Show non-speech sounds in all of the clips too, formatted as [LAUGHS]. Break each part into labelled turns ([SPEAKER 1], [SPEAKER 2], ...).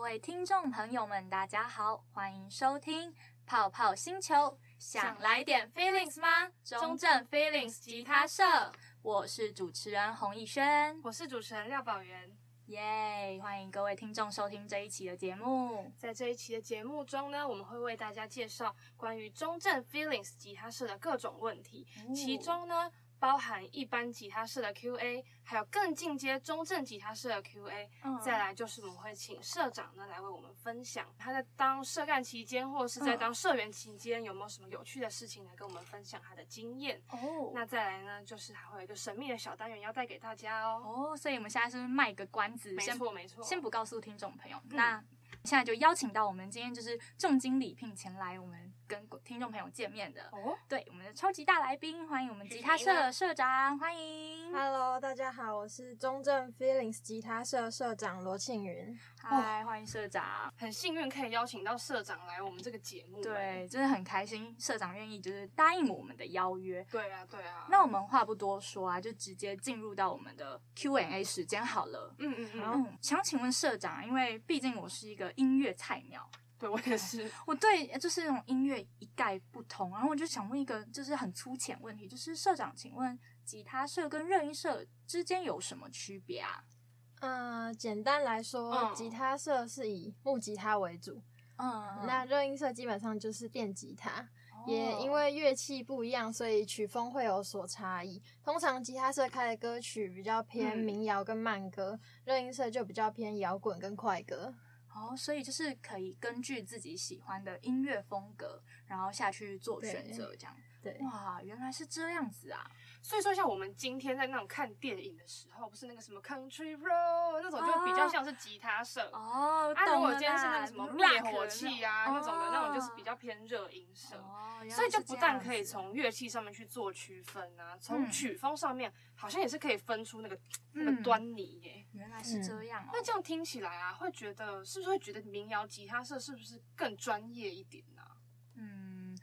[SPEAKER 1] 位听众朋友们，大家好，欢迎收听《泡泡星球》，想来点 feelings 吗？中正 feelings 吉他社，我是主持人洪逸轩，
[SPEAKER 2] 我是主持人廖宝元。
[SPEAKER 1] 耶欢迎各位听众收听这一期的节目。
[SPEAKER 2] 在这一期的节目中呢，我们会为大家介绍关于中正 Feelings 吉他社的各种问题，
[SPEAKER 1] 哦
[SPEAKER 2] 其中呢包含一般吉他社的 Q&A，还有更进阶中正吉他社的 Q&A。
[SPEAKER 1] 嗯
[SPEAKER 2] 再来就是我们会请社长呢来为我们分享他在当社干期间，或是在当社员期间有没有什么有趣的事情来跟我们分享他的经验。
[SPEAKER 1] 哦
[SPEAKER 2] 那再来呢，就是还会有一个神秘的小单元要带给大家哦。
[SPEAKER 1] 哦，所以我们现在是卖个关子，
[SPEAKER 2] 没
[SPEAKER 1] 先
[SPEAKER 2] 错没错，
[SPEAKER 1] 先不告诉听众朋友。那现在就邀请到我们今天就是重金礼聘前来我们跟听众朋友见面的，
[SPEAKER 2] 哦，
[SPEAKER 1] 对我们的超级大来宾，欢迎我们吉他
[SPEAKER 2] 欢迎
[SPEAKER 1] 社社长，欢迎。
[SPEAKER 3] Hello，大家好，我是中正 Feelings 吉他社社长罗庆云。
[SPEAKER 1] 嗨，欢迎社长。
[SPEAKER 2] 很幸运可以邀请到社长来我们这个节目。
[SPEAKER 1] 对，真的很开心，社长愿意就是答应我们的邀约。
[SPEAKER 2] 对啊，对啊。
[SPEAKER 1] 那我们话不多说啊，就直接进入到我们的 Q&A 时间好了。
[SPEAKER 2] 嗯嗯嗯，
[SPEAKER 1] 嗯，想请问社长，啊因为毕竟我是一个音乐菜鸟，
[SPEAKER 2] 对我也是。
[SPEAKER 1] 我对就是那种音乐一概不通，然后我就想问一个就是很粗浅问题，就是社长，请问吉他社跟热音社之间有什么区别啊？
[SPEAKER 3] 嗯，简单来说，
[SPEAKER 2] 嗯
[SPEAKER 3] 吉他社是以木吉他为主，
[SPEAKER 1] 嗯，
[SPEAKER 3] 那热音社基本上就是电吉他。
[SPEAKER 1] 哦
[SPEAKER 3] 也因为乐器不一样，所以曲风会有所差异。通常吉他社开的歌曲比较偏
[SPEAKER 2] 嗯
[SPEAKER 3] 民谣跟慢歌，热、音社就比较偏摇滚跟快歌。
[SPEAKER 1] 哦，所以就是可以根据自己喜欢的音乐风格，然后下去做选择，这样。
[SPEAKER 3] 对，
[SPEAKER 1] 哇，原来是这样子啊！
[SPEAKER 2] 所以说，像我们今天在那种看电影的时候，不是那个什么 Country Road 那种，就比较像是吉他社。
[SPEAKER 1] 哦，
[SPEAKER 2] 啊，如
[SPEAKER 1] 懂
[SPEAKER 2] 果
[SPEAKER 1] 了
[SPEAKER 2] 今天是那
[SPEAKER 1] 啦
[SPEAKER 2] 个什么
[SPEAKER 1] rock
[SPEAKER 2] 灭
[SPEAKER 1] 的
[SPEAKER 2] 火
[SPEAKER 1] 那
[SPEAKER 2] 器啊那种的，那种就是比较偏热音社。
[SPEAKER 1] 哦，原来
[SPEAKER 2] 所以就是不
[SPEAKER 1] 这
[SPEAKER 2] 但
[SPEAKER 1] 样
[SPEAKER 2] 可以
[SPEAKER 1] 子
[SPEAKER 2] 从乐器上面去做区分啊，从
[SPEAKER 1] 嗯
[SPEAKER 2] 曲风上面好像也是可以分出那个、那
[SPEAKER 1] 嗯
[SPEAKER 2] 个端倪耶。
[SPEAKER 1] 原来是
[SPEAKER 3] 嗯
[SPEAKER 1] 这样哦。
[SPEAKER 2] 那这样听起来啊，会觉得是不是会觉得民谣吉他社是不是更专业一点啊呢、
[SPEAKER 1] 嗯，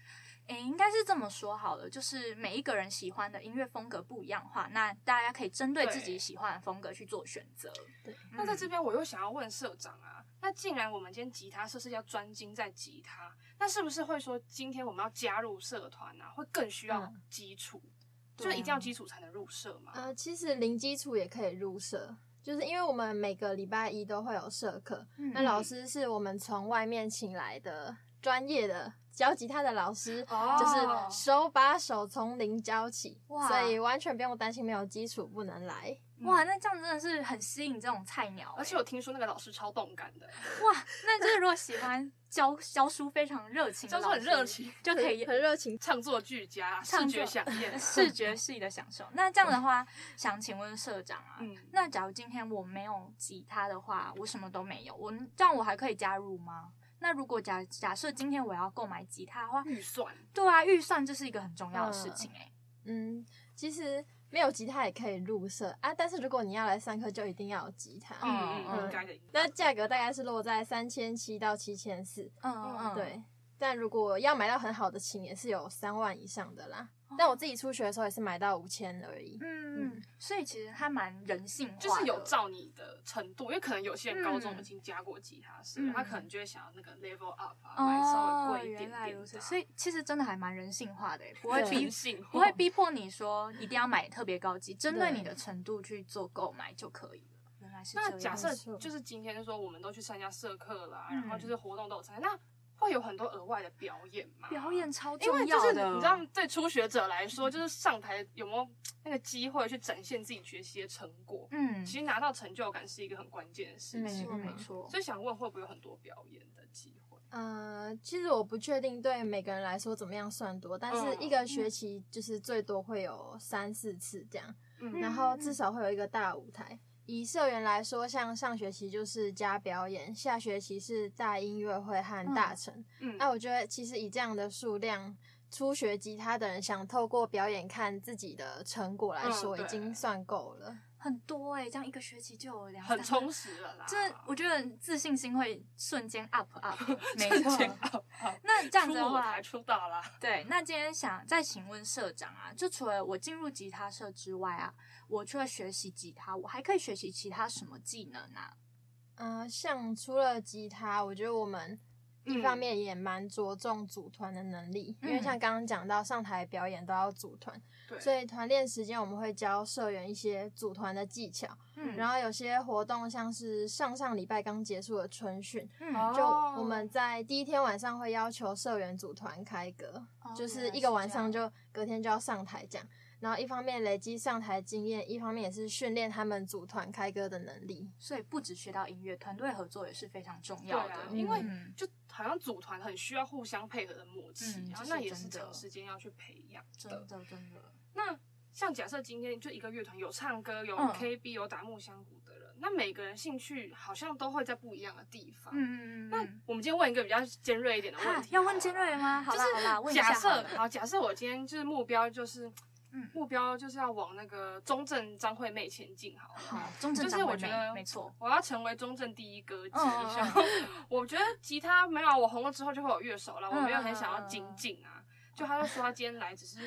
[SPEAKER 1] 诶，应该是这么说好了，就是每一个人喜欢的音乐风格不一样的话，那大家可以针对自己
[SPEAKER 2] 对
[SPEAKER 1] 喜欢的风格去做选择。
[SPEAKER 3] 对
[SPEAKER 1] 嗯，
[SPEAKER 2] 那在这边我又想要问社长啊，那既然我们今天吉他社是要专精在吉他，那是不是会说今天我们要加入社团啊，会更需要
[SPEAKER 3] 嗯
[SPEAKER 2] 基础，
[SPEAKER 1] 对
[SPEAKER 2] 就
[SPEAKER 1] 啊
[SPEAKER 2] 一定要基础才能入社嘛？
[SPEAKER 3] 呃，其实零基础也可以入社，就是因为我们每个礼拜一都会有社课，
[SPEAKER 1] 嗯
[SPEAKER 3] 那老师是我们从外面请来的专业的教吉他的老师，
[SPEAKER 2] 哦
[SPEAKER 3] 就是手把手从零教起，
[SPEAKER 1] 哇
[SPEAKER 3] 所以完全不用担心没有基础不能来。
[SPEAKER 1] 哇，那这样真的是很吸引这种菜鸟欸诶，
[SPEAKER 2] 嗯而且我听说那个老师超动感的，
[SPEAKER 1] 哇， [LAUGHS] 那就是如果喜欢教教书非常热情，
[SPEAKER 2] 教授很热，情，
[SPEAKER 1] 就可以
[SPEAKER 3] 很热情，
[SPEAKER 2] 唱作俱佳，视
[SPEAKER 1] 唱
[SPEAKER 2] 觉
[SPEAKER 1] 作
[SPEAKER 2] 响艳、啊，
[SPEAKER 1] 视觉系的享受。那这样的话，想请问社长啊，
[SPEAKER 2] 嗯，
[SPEAKER 1] 那假如今天我没有吉他的话，我什么都没有，我这样我还可以加入吗？那如果假假设今天我要购买吉他的话，
[SPEAKER 2] 预算
[SPEAKER 1] 对啊，预算这是一个很重要的事情哎、
[SPEAKER 3] 嗯，其实没有吉他也可以入社啊，但是如果你要来上课，就一定要有吉他。
[SPEAKER 1] 嗯
[SPEAKER 2] 嗯，
[SPEAKER 1] 嗯
[SPEAKER 2] 嗯应该的，应该
[SPEAKER 3] 那价格大概是落在三千七到七千四，
[SPEAKER 1] 嗯嗯，
[SPEAKER 3] 对。但如果要买到很好的琴，也是有三万以上的啦。但我自己初学的时候也是买到五千而已。
[SPEAKER 1] 哦嗯，嗯，所以其实它蛮人性化的，
[SPEAKER 2] 就是有照你的程度，因为可能有些人高中
[SPEAKER 1] 嗯
[SPEAKER 2] 已经加过吉他社，
[SPEAKER 1] 嗯
[SPEAKER 2] 他可能就会想要那个 level up 啊，买稍
[SPEAKER 1] 哦，
[SPEAKER 2] 微贵一
[SPEAKER 1] 原
[SPEAKER 2] 点
[SPEAKER 1] 来
[SPEAKER 2] 点
[SPEAKER 1] 如此，
[SPEAKER 2] 的啊，
[SPEAKER 1] 所以其实真的还蛮人性化的欸、不会
[SPEAKER 3] 对
[SPEAKER 1] 逼
[SPEAKER 2] 人性化
[SPEAKER 1] 不会逼迫你说一定要买特别高级，针对
[SPEAKER 3] 对
[SPEAKER 1] 你的程度去做购买就可以了。原来是这样
[SPEAKER 2] 那假设
[SPEAKER 3] 没错
[SPEAKER 2] 就是今天说我们都去参加社课啦，
[SPEAKER 1] 嗯
[SPEAKER 2] 然后就是活动都有参加，那会有很多额外的表演吗？
[SPEAKER 1] 表。演超
[SPEAKER 2] 因
[SPEAKER 1] 重
[SPEAKER 2] 为
[SPEAKER 1] 要
[SPEAKER 2] 就
[SPEAKER 1] 的，
[SPEAKER 2] 是你知道，对初学者来说，就是上台有没有那个机会去展现自己学习的成果，
[SPEAKER 1] 嗯，
[SPEAKER 2] 其实拿到成就感是一个很关键的事
[SPEAKER 3] 没
[SPEAKER 1] 没
[SPEAKER 2] 情。
[SPEAKER 1] 错
[SPEAKER 3] 错
[SPEAKER 1] 没错，
[SPEAKER 2] 所以想问，会不会有很多表演的机会？
[SPEAKER 3] 呃，其实我不确定对每个人来说怎么样算多，但
[SPEAKER 2] 嗯
[SPEAKER 3] 是一个学期就是最多会有三四次这样，
[SPEAKER 2] 嗯
[SPEAKER 3] 然后至少会有一个大舞台。以社员来说，像上学期就是加表演，下学期是大音乐会和大成。
[SPEAKER 2] 嗯
[SPEAKER 3] 那、我觉得其实以这样的数量，初学吉他的人想透过表演看自己的成果来
[SPEAKER 2] 嗯
[SPEAKER 3] 说，
[SPEAKER 2] 对
[SPEAKER 3] 已经算够了。
[SPEAKER 1] 很多哎、这样一个学期就有两
[SPEAKER 2] 很
[SPEAKER 1] 三
[SPEAKER 2] 充
[SPEAKER 1] 个，
[SPEAKER 2] 实了啦。
[SPEAKER 1] 这我觉得自信心会瞬间
[SPEAKER 2] [LAUGHS]
[SPEAKER 1] up up，没
[SPEAKER 2] 瞬
[SPEAKER 1] 错。
[SPEAKER 2] 间 up up
[SPEAKER 1] 那这样子
[SPEAKER 2] 出
[SPEAKER 1] 的
[SPEAKER 2] 舞
[SPEAKER 1] 话
[SPEAKER 2] 台，出道啦。
[SPEAKER 1] 对，那今天想再请问社长啊，就除了我进入吉他社之外啊，我除了学习吉他，我还可以学习其他什么技能啊？
[SPEAKER 3] 呃，像除了吉他，我觉得我们一方面也蛮着重组团的能力，因为
[SPEAKER 1] 嗯
[SPEAKER 3] 像刚刚讲到上台表演都要组团，
[SPEAKER 2] [LAUGHS] 对，
[SPEAKER 3] 所以团练时间我们会教社员一些组团的技巧，
[SPEAKER 1] 嗯
[SPEAKER 3] 然后有些活动像是上上礼拜刚结束的春训，
[SPEAKER 1] 嗯
[SPEAKER 2] 哦
[SPEAKER 3] 就我们在第一天晚上会要求社员组团开歌，
[SPEAKER 1] 哦
[SPEAKER 3] 就是一个晚上就隔天就要上台讲，然后一方面累积上台经验，一方面也是训练他们组团开歌的能力。
[SPEAKER 1] 所以不只学到音乐，团队合作也是非常重要
[SPEAKER 2] 对啊
[SPEAKER 1] 的，
[SPEAKER 2] 因为
[SPEAKER 1] 嗯
[SPEAKER 2] 就好像组团很需要互相配合的默契，
[SPEAKER 1] 嗯
[SPEAKER 2] 然
[SPEAKER 1] 这
[SPEAKER 2] 后
[SPEAKER 1] 是
[SPEAKER 2] 那也是
[SPEAKER 1] 真的
[SPEAKER 2] 长时间要去培养
[SPEAKER 1] 真的真的，
[SPEAKER 2] 那像假设今天就一个乐团有唱歌、有
[SPEAKER 1] 嗯
[SPEAKER 2] KB、有打木箱鼓的人，那每个人兴趣好像都会在不一样的地方。
[SPEAKER 1] 嗯嗯嗯
[SPEAKER 2] 那
[SPEAKER 1] 嗯，
[SPEAKER 2] 我们今天问一个比较尖锐一点的问
[SPEAKER 1] 哈
[SPEAKER 2] 题，
[SPEAKER 1] 要问尖锐吗？好
[SPEAKER 2] 就
[SPEAKER 1] 啦好啦，问
[SPEAKER 2] 是
[SPEAKER 1] 一下
[SPEAKER 2] 假
[SPEAKER 1] 好
[SPEAKER 2] 设
[SPEAKER 1] 了，
[SPEAKER 2] 好，假设我今天就是目标就是，
[SPEAKER 1] 嗯
[SPEAKER 2] 目标就是要往那个中正张惠妹前进好了。
[SPEAKER 1] 好，中正
[SPEAKER 2] 就是
[SPEAKER 1] 长
[SPEAKER 2] 我
[SPEAKER 1] 惠
[SPEAKER 2] 觉
[SPEAKER 1] 妹
[SPEAKER 2] 得，
[SPEAKER 1] 没错，
[SPEAKER 2] 我要成为中正第一歌姬。
[SPEAKER 1] 嗯嗯嗯
[SPEAKER 2] 然后我觉得吉他没有啊，我红了之后就会有乐手了，我没有
[SPEAKER 1] 嗯嗯
[SPEAKER 2] 很
[SPEAKER 1] 嗯
[SPEAKER 2] 想要
[SPEAKER 1] 嗯
[SPEAKER 2] 精进啊。就他就说他今天来只是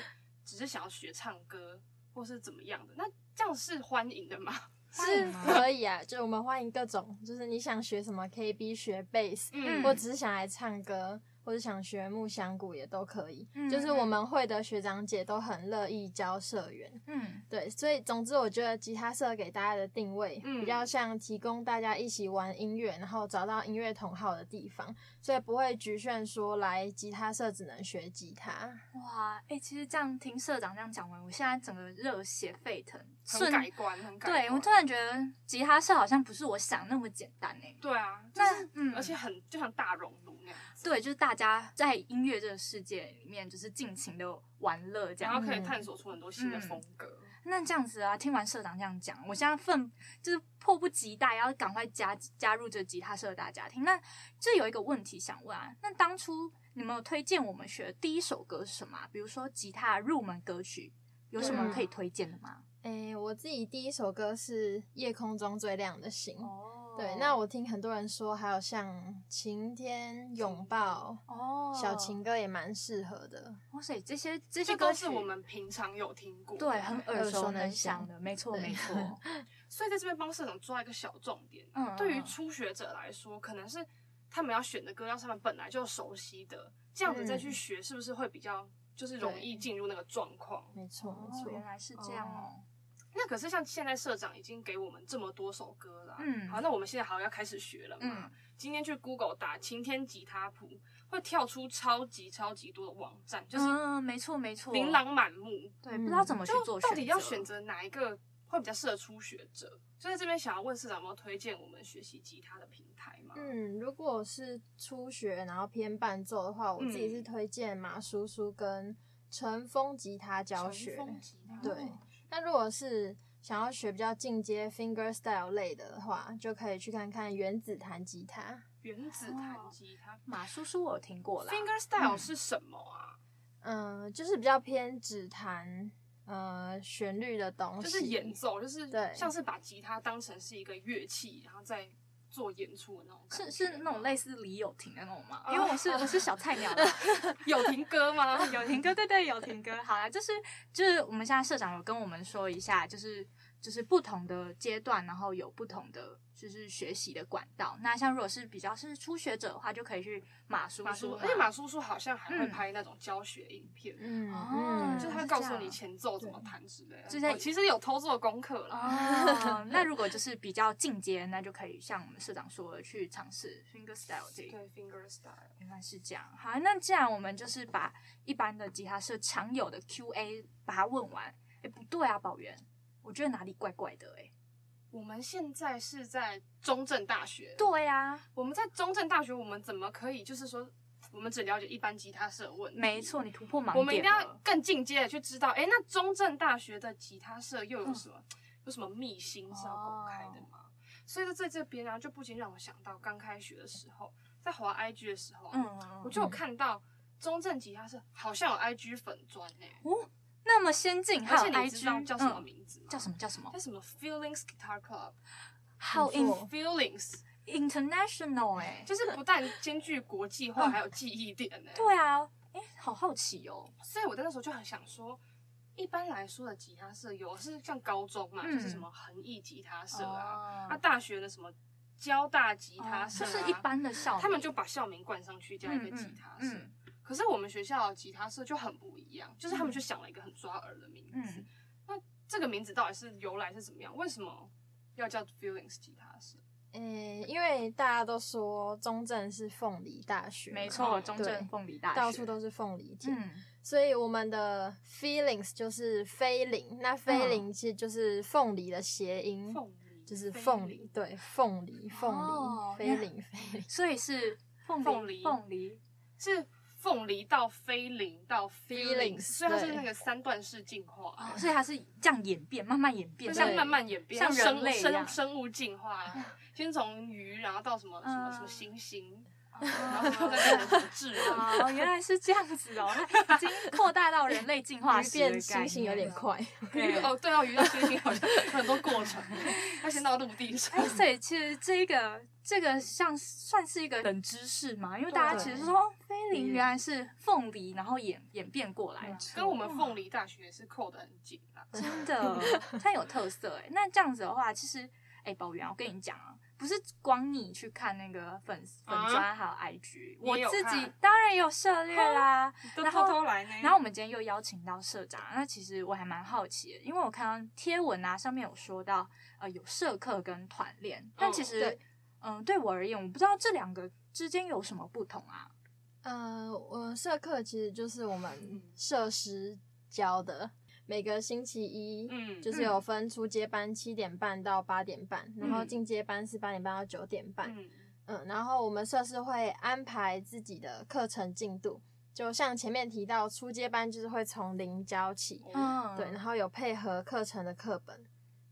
[SPEAKER 2] 只是想要学唱歌或是怎么样的，那这样是欢迎的吗？
[SPEAKER 1] 欢迎
[SPEAKER 3] 是
[SPEAKER 1] 吗
[SPEAKER 3] 可以啊，就我们欢迎各种，就是你想学什么 KB 学 bass，、
[SPEAKER 2] [LAUGHS]
[SPEAKER 1] 嗯
[SPEAKER 3] 或只是想来唱歌，或者想学木箱鼓也都可以。
[SPEAKER 1] 嗯
[SPEAKER 3] 就是我们会的学长姐都很乐意教社员。
[SPEAKER 1] 嗯
[SPEAKER 3] 对，所以总之，我觉得吉他社给大家的定位
[SPEAKER 2] 嗯
[SPEAKER 3] 比较像提供大家一起玩音乐，然后找到音乐同好的地方，所以不会局限说来吉他社只能学吉他。
[SPEAKER 1] 哇，哎、其实这样听社长这样讲完，我现在整个热血沸腾，
[SPEAKER 2] 很
[SPEAKER 1] 瞬
[SPEAKER 2] 改观，很改观。
[SPEAKER 1] 对我突然觉得吉他社好像不是我想那么简单哎、
[SPEAKER 2] 对啊，就
[SPEAKER 1] 那
[SPEAKER 2] 是
[SPEAKER 1] 嗯
[SPEAKER 2] 而且很就很大熔炉那样子，
[SPEAKER 1] 对，就是大家在音乐这个世界里面，就是尽情的玩乐这
[SPEAKER 2] 然
[SPEAKER 1] 样
[SPEAKER 2] 后。可以
[SPEAKER 3] 嗯
[SPEAKER 2] 探索出很多新的风格。
[SPEAKER 1] 那这样子啊，听完社长这样讲，我现在奋就是迫不及待要赶快加加入这吉他社的大家庭。那这有一个问题想问啊，那当初你们有推荐我们学的第一首歌是什么啊、比如说吉他入门歌曲，有什
[SPEAKER 3] 嗯
[SPEAKER 1] 么可以推荐的吗？
[SPEAKER 3] 诶，我自己第一首歌是《夜空中最亮的星》。
[SPEAKER 1] 哦
[SPEAKER 3] 对，那我听很多人说，还有像《晴天拥抱》
[SPEAKER 1] 哦
[SPEAKER 3] 小情歌也蛮适合的。
[SPEAKER 1] 哇塞，这些这些
[SPEAKER 2] 这
[SPEAKER 1] 歌
[SPEAKER 2] 都
[SPEAKER 1] 曲
[SPEAKER 2] 是我们平常有听过，
[SPEAKER 1] 对很耳
[SPEAKER 3] 耳
[SPEAKER 1] 熟
[SPEAKER 3] 熟
[SPEAKER 1] 能
[SPEAKER 3] 能
[SPEAKER 1] 详
[SPEAKER 3] 详
[SPEAKER 1] 的，没错
[SPEAKER 3] 对
[SPEAKER 1] 没
[SPEAKER 3] [LAUGHS]
[SPEAKER 1] 错，
[SPEAKER 2] 所以在这边帮社长抓一个小重点，
[SPEAKER 1] 嗯
[SPEAKER 2] 对于
[SPEAKER 1] 嗯
[SPEAKER 2] 初学者来说，可能是他们要选的歌要是他们本来就熟悉的，这样子再
[SPEAKER 1] 嗯
[SPEAKER 2] 去学，是不是会比较就是容易进入那个状况？
[SPEAKER 3] 没错，没
[SPEAKER 1] 哦
[SPEAKER 3] 错。
[SPEAKER 1] 原来是这样哦，
[SPEAKER 2] 那可是像现在社长已经给我们这么多首歌了啊，
[SPEAKER 1] 嗯
[SPEAKER 2] 好，那我们现在好像要开始学了嘛。
[SPEAKER 1] 嗯
[SPEAKER 2] 今天去 Google 打晴天吉他谱，会跳出超级超级多的网站，就是
[SPEAKER 1] 嗯，没错没错，
[SPEAKER 2] 琳琅满目。
[SPEAKER 1] 对，不知
[SPEAKER 3] 嗯
[SPEAKER 1] 道怎么去
[SPEAKER 2] 就
[SPEAKER 1] 做
[SPEAKER 2] 到底要
[SPEAKER 1] 选
[SPEAKER 2] 选择哪一个会比较适合初学者？所以这边想要问社长有没有推荐我们学习吉他的平台吗？
[SPEAKER 3] 嗯，如果是初学然后偏伴奏的话，我自己是推荐马叔叔跟陈峰吉他教学。
[SPEAKER 2] 纯风吉
[SPEAKER 1] 啊
[SPEAKER 2] 他
[SPEAKER 3] 对，那如果是想要学比较进阶 finger style 类的话，就可以去看看原子弹吉他。
[SPEAKER 2] 原子弹吉他
[SPEAKER 1] 马叔叔哦我有听过啦，嗯
[SPEAKER 2] ，finger style 是什么啊？
[SPEAKER 3] 嗯、就是比较偏指弹呃旋律的
[SPEAKER 1] 哦
[SPEAKER 3] 东西，
[SPEAKER 2] 就是演奏，就是
[SPEAKER 3] 对
[SPEAKER 2] 像是把吉他当成是一个乐器，然后再做演出的那种感觉。
[SPEAKER 1] 是是那种类似李友廷的那种吗？因为
[SPEAKER 2] 哦
[SPEAKER 1] 我是我是小菜
[SPEAKER 2] [LAUGHS]
[SPEAKER 1] 鸟啦，哦
[SPEAKER 2] 友情
[SPEAKER 1] [LAUGHS]
[SPEAKER 2] 歌吗？
[SPEAKER 1] 友廷哥，对对，友廷哥，好啦，就是就是我们现在社长有跟我们说一下，就是就是不同的阶段，然后有不同的就是学习的管道。那像如果是比较是初学者的话，就可以去马叔
[SPEAKER 2] 马
[SPEAKER 1] 叔
[SPEAKER 2] 叔，
[SPEAKER 1] 嘛，
[SPEAKER 2] 而且马叔叔好像还会
[SPEAKER 1] 嗯
[SPEAKER 2] 拍那种教学影片，
[SPEAKER 3] 嗯
[SPEAKER 1] 哦
[SPEAKER 3] 嗯，
[SPEAKER 2] 就是
[SPEAKER 1] 是
[SPEAKER 2] 他
[SPEAKER 1] 这
[SPEAKER 2] 告诉
[SPEAKER 1] 样
[SPEAKER 2] 你前奏怎么弹之类的。
[SPEAKER 1] 就在
[SPEAKER 2] 我其实有偷做功课啦。
[SPEAKER 1] 哦， [LAUGHS] 那如果就是比较进阶，那就可以像我们社长说的去尝试 finger style 这一
[SPEAKER 2] 对，finger style。
[SPEAKER 1] 原来是这样，好，那既然我们就是把一般的吉他社常有的 Q&A 把它问完，哎，不对啊，宝源，我觉得哪里怪怪的哎、诶
[SPEAKER 2] 我们现在是在中正大学，
[SPEAKER 1] 对啊，
[SPEAKER 2] 我们在中正大学，我们怎么可以就是说，我们只了解一般吉他社的问题？
[SPEAKER 1] 没错，，你突破盲点了
[SPEAKER 2] 我们一定要更进阶的去知道，哎，那中正大学的吉他社又
[SPEAKER 1] 嗯
[SPEAKER 2] 有什么、有什么秘辛是要公开的
[SPEAKER 1] 哦
[SPEAKER 2] 吗？所以就在这边啊，就不禁让我想到刚开学的时候，在滑 IG 的时候啊，
[SPEAKER 1] 嗯嗯，嗯
[SPEAKER 2] 我就有看到中正吉他社好像有 IG 粉砖呢、
[SPEAKER 1] 哦，那么先进，嗯还
[SPEAKER 2] 而
[SPEAKER 1] 有
[SPEAKER 2] 且你
[SPEAKER 1] IG
[SPEAKER 2] 知道叫什么
[SPEAKER 1] 嗯
[SPEAKER 2] 名字吗？
[SPEAKER 1] 叫什么叫什么嗯
[SPEAKER 2] 叫，什么 Feelings Guitar Club
[SPEAKER 1] 好
[SPEAKER 3] 没
[SPEAKER 1] in
[SPEAKER 3] 错
[SPEAKER 2] Feelings。
[SPEAKER 1] international 哎、
[SPEAKER 2] 就是不但兼具国际
[SPEAKER 1] 嗯
[SPEAKER 2] 化，还有记忆点呢、，
[SPEAKER 1] 对啊，哎，好好奇哦，
[SPEAKER 2] 所以我在那时候就很想说，一般来说的吉他社有是像高中嘛，
[SPEAKER 1] 嗯
[SPEAKER 2] 就是什么恒毅吉他社啊，
[SPEAKER 1] 哦
[SPEAKER 2] 那、大学的什么交大吉他
[SPEAKER 1] 哦
[SPEAKER 2] 社、
[SPEAKER 1] 就
[SPEAKER 2] 啊
[SPEAKER 1] 是一般的校名，
[SPEAKER 2] 他们就把校名冠上去，加一个
[SPEAKER 1] 嗯
[SPEAKER 2] 吉他社。
[SPEAKER 1] 嗯
[SPEAKER 2] 可是我们学校的吉他社就很不一样，就是他们就想了一个很抓耳的名字。
[SPEAKER 1] 嗯，
[SPEAKER 2] 这个名字到底是由来是怎么样？为什么要叫 Feelings 吉他社？
[SPEAKER 3] 诶、嗯因为大家都说中正是凤梨大学嘛，
[SPEAKER 1] 没错，
[SPEAKER 2] 对
[SPEAKER 1] 中正凤梨大学
[SPEAKER 3] 到处都是凤梨田，
[SPEAKER 1] 嗯
[SPEAKER 3] 所以我们的 feelings 就是菲林，那
[SPEAKER 1] 嗯
[SPEAKER 3] 菲林其实就是凤梨的谐音，
[SPEAKER 2] 凤梨
[SPEAKER 3] 就是凤梨，，对，凤梨，
[SPEAKER 1] 哦
[SPEAKER 3] 凤梨，菲林，菲林，
[SPEAKER 1] 所以是凤
[SPEAKER 2] 凤
[SPEAKER 1] 梨
[SPEAKER 2] 梨
[SPEAKER 1] 凤梨
[SPEAKER 2] 是凤梨到菲林到
[SPEAKER 3] Feelings，
[SPEAKER 2] 所以它是
[SPEAKER 3] 对
[SPEAKER 2] 那个三段式进化、
[SPEAKER 1] 哦，所以它是这样演变，慢慢演变，
[SPEAKER 2] 就
[SPEAKER 3] 对
[SPEAKER 2] 像慢慢演变，
[SPEAKER 1] 像
[SPEAKER 2] 生
[SPEAKER 1] 人类一样
[SPEAKER 2] 生生物
[SPEAKER 1] [LAUGHS]
[SPEAKER 2] 进化，先从鱼，然后到什么什么
[SPEAKER 1] 嗯
[SPEAKER 2] 什么
[SPEAKER 1] [LAUGHS]
[SPEAKER 2] 行星，
[SPEAKER 1] 哦
[SPEAKER 2] 然后最后再变成什么智人。
[SPEAKER 1] 哦，原来是这样子哦，它已经扩大到人类进化
[SPEAKER 3] 鱼
[SPEAKER 1] 史的概
[SPEAKER 3] 变
[SPEAKER 1] 念，
[SPEAKER 3] 星星有点快，
[SPEAKER 1] 对
[SPEAKER 2] 哦，对啊，鱼到行星好像有很多
[SPEAKER 1] [LAUGHS]
[SPEAKER 2] 过程，它先到陆地上
[SPEAKER 1] 哎，，所以其实这个这个像算是一个冷知识嘛，因为大家
[SPEAKER 3] 对
[SPEAKER 1] 其实说哦，菲林原来是凤梨，然后演演变过
[SPEAKER 2] [LAUGHS]
[SPEAKER 1] 来，
[SPEAKER 3] 嗯
[SPEAKER 2] 跟我们凤梨大学是扣得很紧啊。
[SPEAKER 1] 真的
[SPEAKER 3] [LAUGHS]
[SPEAKER 1] 它有特色哎。那这样子的话，其实哎，宝源啊，我跟你讲啊，不是光你去看那个粉丝粉
[SPEAKER 2] 啊
[SPEAKER 1] 砖还有 IG，我
[SPEAKER 2] 你也有
[SPEAKER 1] 自己
[SPEAKER 2] 看
[SPEAKER 1] 当然也有涉猎啦。
[SPEAKER 2] 都
[SPEAKER 1] 然后
[SPEAKER 2] 偷偷来呢。
[SPEAKER 1] 然后我们今天又邀请到社长，那其实我还蛮好奇的，因为我看到贴文啊上面有说到，呃，有社课跟团练，但其实，
[SPEAKER 3] 对
[SPEAKER 1] 嗯、对我而言，我不知道这两个之间有什么不同啊。
[SPEAKER 3] 呃，我社课其实就是我
[SPEAKER 1] 嗯
[SPEAKER 3] 们设施教的，每个星期一，
[SPEAKER 2] 嗯
[SPEAKER 3] 就是有分初阶班七点半到八点半，然后
[SPEAKER 2] 嗯
[SPEAKER 3] 进阶班是八点半到九点半，
[SPEAKER 2] 嗯
[SPEAKER 3] 嗯，然后我们设施会安排自己的课程进度，就像前面提到，初阶班就是会从零教起，
[SPEAKER 2] 嗯
[SPEAKER 1] 嗯，
[SPEAKER 3] 对，然后有配合课程的课本。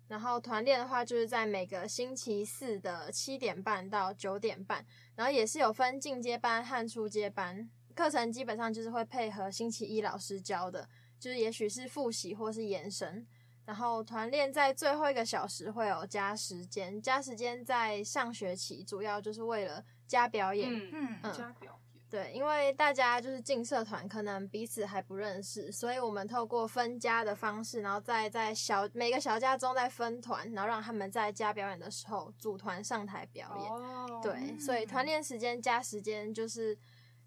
[SPEAKER 3] 然后团练的话，就是在每个星期四的七点半到九点半，然后也是有分进阶班和初阶班。课程基本上就是会配合星期一老师教的，就是也许是复习或是延伸。然后团练在最后一个小时会有加时间，加时间在上学期主要就是为了加表演，
[SPEAKER 2] 嗯
[SPEAKER 1] 嗯
[SPEAKER 2] 加表演，
[SPEAKER 3] 对，因为大家就是进社团，可能彼此还不认识，所以我们透过分家的方式，然后再在小每个小家中再分团，然后让他们在家表演的时候组团上台表演。
[SPEAKER 2] 哦
[SPEAKER 3] 对，所以团练时间加时间就是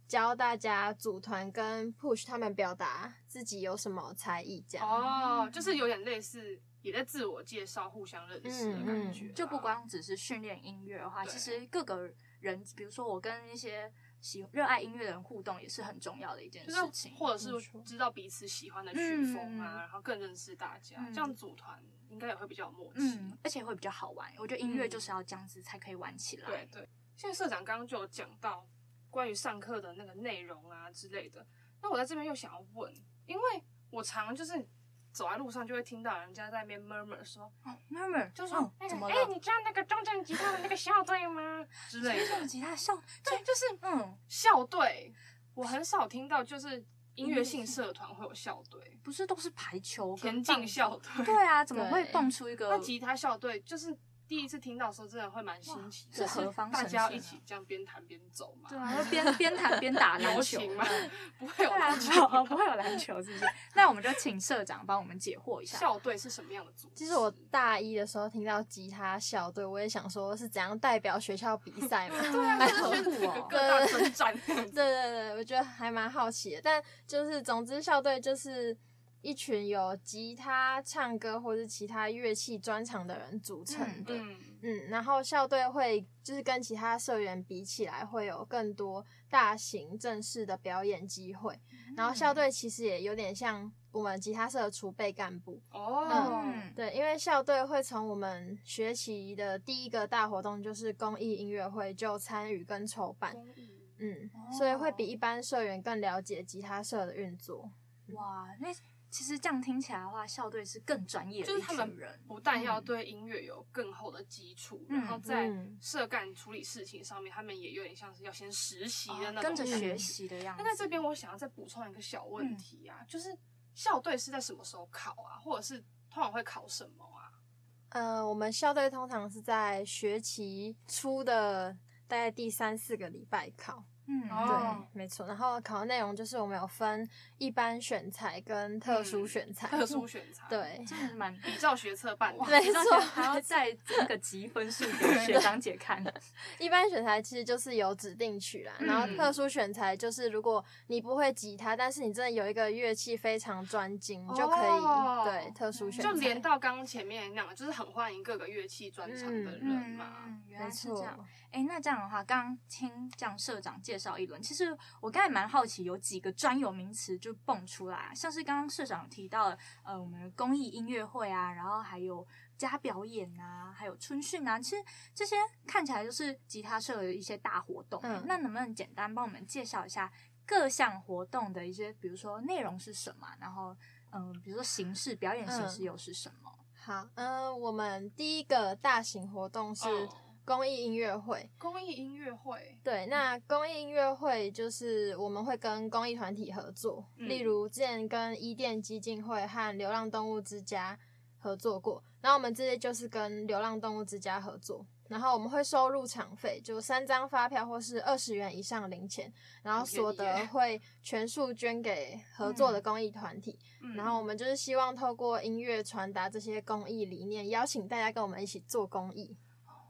[SPEAKER 3] 教大家组团跟 push 他们表达自己有什么才艺这样。
[SPEAKER 2] 哦，就是有点类似，也在自我介绍、互相认识的感觉啊，
[SPEAKER 1] 嗯就不光只是训练音乐的话，
[SPEAKER 2] 对
[SPEAKER 1] 其实各个人，比如说我跟一些喜热爱音乐的人互动，也是很重要的一件
[SPEAKER 2] 就
[SPEAKER 1] 事
[SPEAKER 2] 是
[SPEAKER 1] 情。
[SPEAKER 2] 或者
[SPEAKER 3] 没
[SPEAKER 2] 是
[SPEAKER 3] 错
[SPEAKER 2] 知道彼此喜欢的曲风
[SPEAKER 1] 嗯
[SPEAKER 2] 啊，然后更认识大家，
[SPEAKER 1] 嗯
[SPEAKER 2] 这样组团应该也会比较有默契。
[SPEAKER 1] 嗯，而且会比较好玩。我觉得音乐
[SPEAKER 2] 嗯
[SPEAKER 1] 就是要这样子才可以玩起来。
[SPEAKER 2] 对对，现在社长刚刚就有讲到关于上课的那个内容啊之类的。那我在这边又想要问，因为我常就是走在路上就会听到人家在那边 murmur 说，
[SPEAKER 1] 哦，murmur，
[SPEAKER 2] 就说
[SPEAKER 1] 哦，
[SPEAKER 2] 那个
[SPEAKER 1] 怎么
[SPEAKER 2] 哎、
[SPEAKER 1] 了？
[SPEAKER 2] 你知道那个中正吉他的那个校队吗？之类的。
[SPEAKER 1] 这种吉他笑，
[SPEAKER 2] 对，就是
[SPEAKER 1] 嗯，
[SPEAKER 2] 校队，我很少听到就是音乐性社团会有校队，
[SPEAKER 1] 不是都是排球
[SPEAKER 2] 田
[SPEAKER 1] 跟棒
[SPEAKER 2] 径
[SPEAKER 1] 球
[SPEAKER 2] 校队。
[SPEAKER 1] 对啊，怎么会
[SPEAKER 3] 对
[SPEAKER 1] 蹦出一个
[SPEAKER 2] 那？吉他校队就是第一次听到的时候，真的会蛮新奇
[SPEAKER 1] 哇
[SPEAKER 2] 的，
[SPEAKER 1] 这
[SPEAKER 2] 就
[SPEAKER 1] 何
[SPEAKER 2] 是
[SPEAKER 1] 方
[SPEAKER 2] 大
[SPEAKER 1] 神
[SPEAKER 2] 家
[SPEAKER 1] 圣
[SPEAKER 2] 一
[SPEAKER 1] 啊
[SPEAKER 2] 起这样边弹边走嘛。
[SPEAKER 1] 对啊，会边边弹边打篮
[SPEAKER 2] 游
[SPEAKER 1] 球
[SPEAKER 2] 行嘛， [LAUGHS] 不会有
[SPEAKER 1] 对啊，
[SPEAKER 2] 篮
[SPEAKER 1] 好
[SPEAKER 2] 球。
[SPEAKER 1] 啊不会有篮球，是不是？那我们就请社长帮我们解惑一下。
[SPEAKER 2] 校队是什么样的组织？
[SPEAKER 3] 其实我大一的时候听到吉他校队，我也想说是怎样代表学校比赛嘛。
[SPEAKER 2] [LAUGHS] 对啊，
[SPEAKER 1] 哎
[SPEAKER 2] 就是
[SPEAKER 1] 好
[SPEAKER 2] 去
[SPEAKER 1] 酷哦
[SPEAKER 2] 各大征战。
[SPEAKER 1] [LAUGHS]
[SPEAKER 3] 对对对，我觉得还蛮好奇的。但就是，总之校队就是一群有吉他、唱歌或是其他乐器专长的人组成的。嗯
[SPEAKER 2] 嗯，
[SPEAKER 3] 然后校队会就是跟其他社员比起来，会有更多大型正式的表演机会。 [LAUGHS] 然后校队其实也有点像我们吉他社的储备干部，
[SPEAKER 2] 哦，
[SPEAKER 1] 嗯，
[SPEAKER 3] 对，因为校队会从我们学期的第一个大活动就是公益音乐会就参与跟筹办。
[SPEAKER 2] 公益
[SPEAKER 3] 嗯
[SPEAKER 1] 哦，
[SPEAKER 3] 所以会比一般社员更了解吉他社的运作。
[SPEAKER 1] 哇，那其实这样听起来的话，校队是更专业的
[SPEAKER 2] 就
[SPEAKER 1] 一
[SPEAKER 2] 是他们
[SPEAKER 1] 群人。
[SPEAKER 2] 不但要对音乐有更厚的基础，
[SPEAKER 1] 嗯
[SPEAKER 2] 然后在
[SPEAKER 3] 嗯
[SPEAKER 2] 社干处理事情上面，他们也有点像是要先实习的那
[SPEAKER 1] 哦
[SPEAKER 2] 种
[SPEAKER 1] 跟着
[SPEAKER 2] 感
[SPEAKER 1] 学
[SPEAKER 2] 觉
[SPEAKER 1] 习的样子。
[SPEAKER 2] 那在这边，我想要再补充一个小
[SPEAKER 1] 嗯
[SPEAKER 2] 问题啊，就是校队是在什么时候考啊，或者是通常会考什么啊？
[SPEAKER 3] 呃，我们校队通常是在学期初的大概第三四个礼拜考，
[SPEAKER 1] 嗯，
[SPEAKER 2] 哦
[SPEAKER 3] 对，没错。然后考的内容就是我们有分一般选材跟特殊选材，
[SPEAKER 2] 嗯特殊选
[SPEAKER 1] [LAUGHS]
[SPEAKER 2] 材，，
[SPEAKER 3] 对，
[SPEAKER 1] 真的是
[SPEAKER 2] [LAUGHS]
[SPEAKER 1] 蛮
[SPEAKER 2] 比照学测
[SPEAKER 1] [LAUGHS]
[SPEAKER 2] 办的
[SPEAKER 1] 哇，
[SPEAKER 3] 没
[SPEAKER 1] 你上
[SPEAKER 3] 错
[SPEAKER 1] 学还要
[SPEAKER 3] [LAUGHS]
[SPEAKER 1] 再这个积分数给学长姐看，
[SPEAKER 3] 一般选材其实就是有指定曲啦，
[SPEAKER 1] 嗯
[SPEAKER 3] 然后特殊选材就是如果你不会吉他，但是你真的有一个乐器非常专精，你就可以、
[SPEAKER 2] 哦
[SPEAKER 3] 对特殊选
[SPEAKER 2] [LAUGHS]
[SPEAKER 3] 材。
[SPEAKER 2] 就连到刚刚前面那样，就是很欢迎各个乐器专长的人嘛。
[SPEAKER 1] 嗯，原
[SPEAKER 3] 没
[SPEAKER 1] 来是这
[SPEAKER 3] 错，
[SPEAKER 1] 样。哎，那这样的话，刚刚听这样社长介绍一轮，其实我刚才蛮好奇，有几个专有名词就蹦出来啊，像是刚刚社长提到的，呃，我们的公益音乐会啊，然后还有家表演啊，还有春训啊，其实这些看起来就是吉他社的一些大活动。
[SPEAKER 3] 嗯
[SPEAKER 1] 那能不能简单帮我们介绍一下各项活动的一些，比如说内容是什么啊，然后嗯、比如说形式，表演形式又是什么？
[SPEAKER 3] 好，嗯、我们第一个大型活动是
[SPEAKER 2] 哦
[SPEAKER 3] 公益音乐会。
[SPEAKER 2] 公益音乐会，
[SPEAKER 3] 对，那公益音乐会就是我们会跟公益团体合作，
[SPEAKER 1] 嗯
[SPEAKER 3] 例如之前跟伊甸基金会和流浪动物之家合作过，然后我们这些就是跟流浪动物之家合作，然后我们会收入场费，就三张发票或是二十元以上零钱，然后
[SPEAKER 2] 好便宜
[SPEAKER 3] 所得
[SPEAKER 2] 耶
[SPEAKER 3] 会全数捐给合作的公益团体，
[SPEAKER 2] 嗯
[SPEAKER 3] 然后我们就是希望透过音乐传达这些公益理念，邀请大家跟我们一起做公益。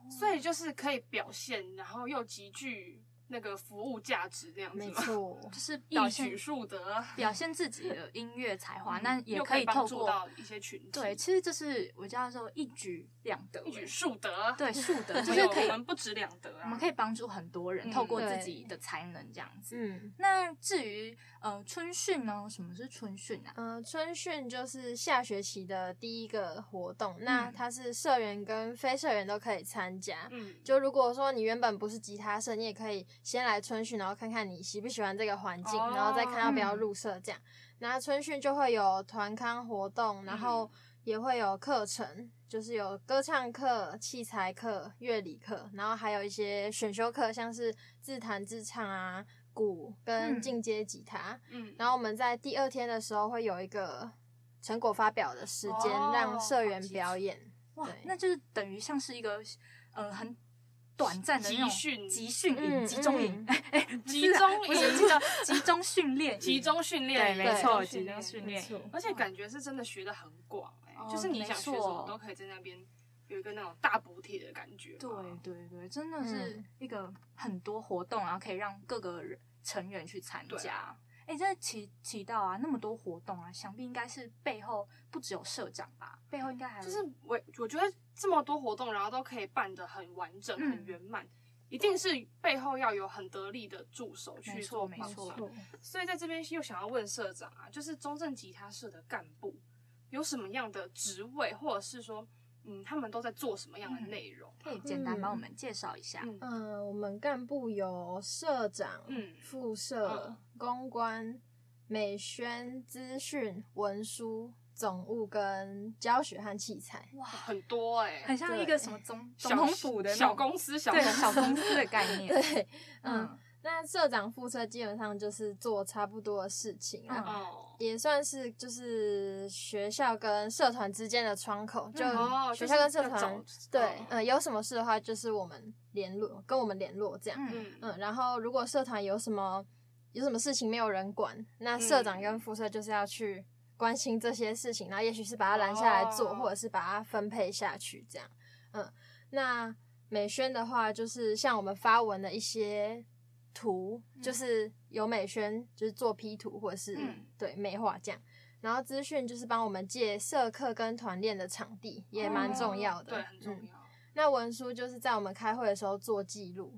[SPEAKER 2] 所以就是可以表现，然后又极具那个服务价值这样子
[SPEAKER 3] 没
[SPEAKER 2] 嘛，
[SPEAKER 3] 错，
[SPEAKER 1] [LAUGHS] 就是表
[SPEAKER 2] 一
[SPEAKER 1] 现
[SPEAKER 2] 举数得，
[SPEAKER 1] 表现自己的音乐才华，
[SPEAKER 2] 嗯
[SPEAKER 1] 啊那也
[SPEAKER 2] 又
[SPEAKER 1] 可
[SPEAKER 2] 可
[SPEAKER 1] 以透
[SPEAKER 2] 帮助
[SPEAKER 1] 过
[SPEAKER 2] 到一些群体，
[SPEAKER 1] 对，其实这是我叫做一举两得欸，
[SPEAKER 2] 一举数得，
[SPEAKER 1] 对树德，就
[SPEAKER 2] [LAUGHS] 没
[SPEAKER 1] 是
[SPEAKER 2] 有，
[SPEAKER 1] 可以
[SPEAKER 2] 我，们不止两得啊，
[SPEAKER 1] 我们可以帮助很多人，
[SPEAKER 2] 嗯
[SPEAKER 1] 透过自
[SPEAKER 3] 对
[SPEAKER 1] 己的才能这样子。
[SPEAKER 3] 嗯。
[SPEAKER 1] 那至于呃春训呢，什么是春训啊？
[SPEAKER 3] 嗯、春训就是下学期的第一个活动，那
[SPEAKER 1] 嗯
[SPEAKER 3] 它是社员跟非社员都可以参加。
[SPEAKER 2] 嗯，
[SPEAKER 3] 就如果说你原本不是吉他社，你也可以先来春训，然后看看你喜不喜欢这个环境，
[SPEAKER 2] 哦
[SPEAKER 3] 然后再看要不
[SPEAKER 1] 嗯
[SPEAKER 3] 要入社这样。那春训就会有团康活动，然
[SPEAKER 1] 嗯
[SPEAKER 3] 后也会有课程，就是有歌唱课、器材课、乐理课，然后还有一些选修课，像是自弹自唱啊、鼓
[SPEAKER 1] 嗯
[SPEAKER 3] 跟进阶吉他。
[SPEAKER 1] [LAUGHS]
[SPEAKER 2] 嗯，
[SPEAKER 3] 然后我们在第二天的时候会有一个成果发表的时间，
[SPEAKER 2] 哦
[SPEAKER 3] 让社员
[SPEAKER 2] 好激
[SPEAKER 3] 表演。
[SPEAKER 1] 哇
[SPEAKER 3] 对，
[SPEAKER 1] 那就是等于像是一个呃很短暂的那种
[SPEAKER 2] 集训
[SPEAKER 1] 集训营、
[SPEAKER 3] 嗯
[SPEAKER 1] 集中营
[SPEAKER 3] 嗯、
[SPEAKER 1] 哎哎不
[SPEAKER 2] 集
[SPEAKER 1] 是啊
[SPEAKER 2] 中
[SPEAKER 1] 不是
[SPEAKER 2] 营
[SPEAKER 1] 集中集中训练营，
[SPEAKER 2] 集中训
[SPEAKER 1] 对，
[SPEAKER 2] 练，
[SPEAKER 1] 没错，
[SPEAKER 3] 对
[SPEAKER 1] 集中训
[SPEAKER 3] 没
[SPEAKER 1] 练营
[SPEAKER 3] 错。
[SPEAKER 2] 而且感觉是真的学的很广、欸，
[SPEAKER 1] 哦
[SPEAKER 2] 就是你想学什
[SPEAKER 1] 没错
[SPEAKER 2] 么都可以在那边有一个那种大补帖的感觉。
[SPEAKER 1] 对，对对，真的是一个很多活动，然后可以让各个人成员去参
[SPEAKER 2] 对
[SPEAKER 1] 加。哎、这提提到啊，那么多活动啊，想必应该是背后不只有社长吧，背后应该还有
[SPEAKER 2] 就是我我觉得这么多活动，然后都可以办得很完整、
[SPEAKER 1] 嗯
[SPEAKER 2] 很圆满。一定是背后要有很得力的助手
[SPEAKER 1] 没
[SPEAKER 2] 去
[SPEAKER 1] 错
[SPEAKER 2] 做
[SPEAKER 1] 没
[SPEAKER 2] 帮
[SPEAKER 1] 错
[SPEAKER 2] 忙，所以在这边又想要问社长啊，就是中正吉他社的干部有什么样的职位，或者是说，嗯，他们都在做什么样的
[SPEAKER 1] 嗯
[SPEAKER 2] 内容？啊
[SPEAKER 1] 可以简单帮我们介绍一下。
[SPEAKER 2] 嗯
[SPEAKER 3] 嗯、我们干部有社长、
[SPEAKER 2] 嗯
[SPEAKER 3] 副社、
[SPEAKER 2] 嗯
[SPEAKER 3] 公关、美宣、资讯、文书、总务跟教学和器材。 [LAUGHS]
[SPEAKER 1] 哇，
[SPEAKER 2] 很多哎、
[SPEAKER 1] 很像一个什么 [LAUGHS] 总
[SPEAKER 2] 小
[SPEAKER 1] 总统府的那
[SPEAKER 2] 小
[SPEAKER 1] 种
[SPEAKER 2] 公司，小
[SPEAKER 1] 对
[SPEAKER 2] 公司
[SPEAKER 1] 小公司的 [LAUGHS] 概念。
[SPEAKER 3] 对，嗯，
[SPEAKER 1] 嗯，
[SPEAKER 3] 那社长、副社基本上就是做差不多的事情啊。
[SPEAKER 1] 嗯
[SPEAKER 2] [LAUGHS] 哦，
[SPEAKER 3] 也算是就是学校跟社团之间的窗口，就
[SPEAKER 1] 嗯
[SPEAKER 2] 哦就是
[SPEAKER 3] 学校跟社
[SPEAKER 2] 要
[SPEAKER 3] 团、
[SPEAKER 2] 找
[SPEAKER 3] 对，
[SPEAKER 2] 哦
[SPEAKER 3] 呃，有什么事的话就是我们联络，跟我们联络这样，
[SPEAKER 1] 嗯
[SPEAKER 2] 嗯
[SPEAKER 3] 嗯，然后如果社团有什么有什么事情没有人管，那社长
[SPEAKER 2] 嗯
[SPEAKER 3] 跟副社就是要去关心这些事情，然后也许是把它拦下来做，
[SPEAKER 2] 哦
[SPEAKER 3] 或者是把它分配下去这样，嗯，那美宣的话就是像我们发文的一些。图就是有美宣，就是做 P 图或者是、
[SPEAKER 2] 嗯
[SPEAKER 3] 对美化这样。然后资讯就是帮我们借社课跟团练的场地，也蛮重要
[SPEAKER 2] 哦
[SPEAKER 3] 的。
[SPEAKER 2] 对，很重
[SPEAKER 3] 嗯。
[SPEAKER 2] 要。
[SPEAKER 3] 那文书就是在我们开会的时候做记录，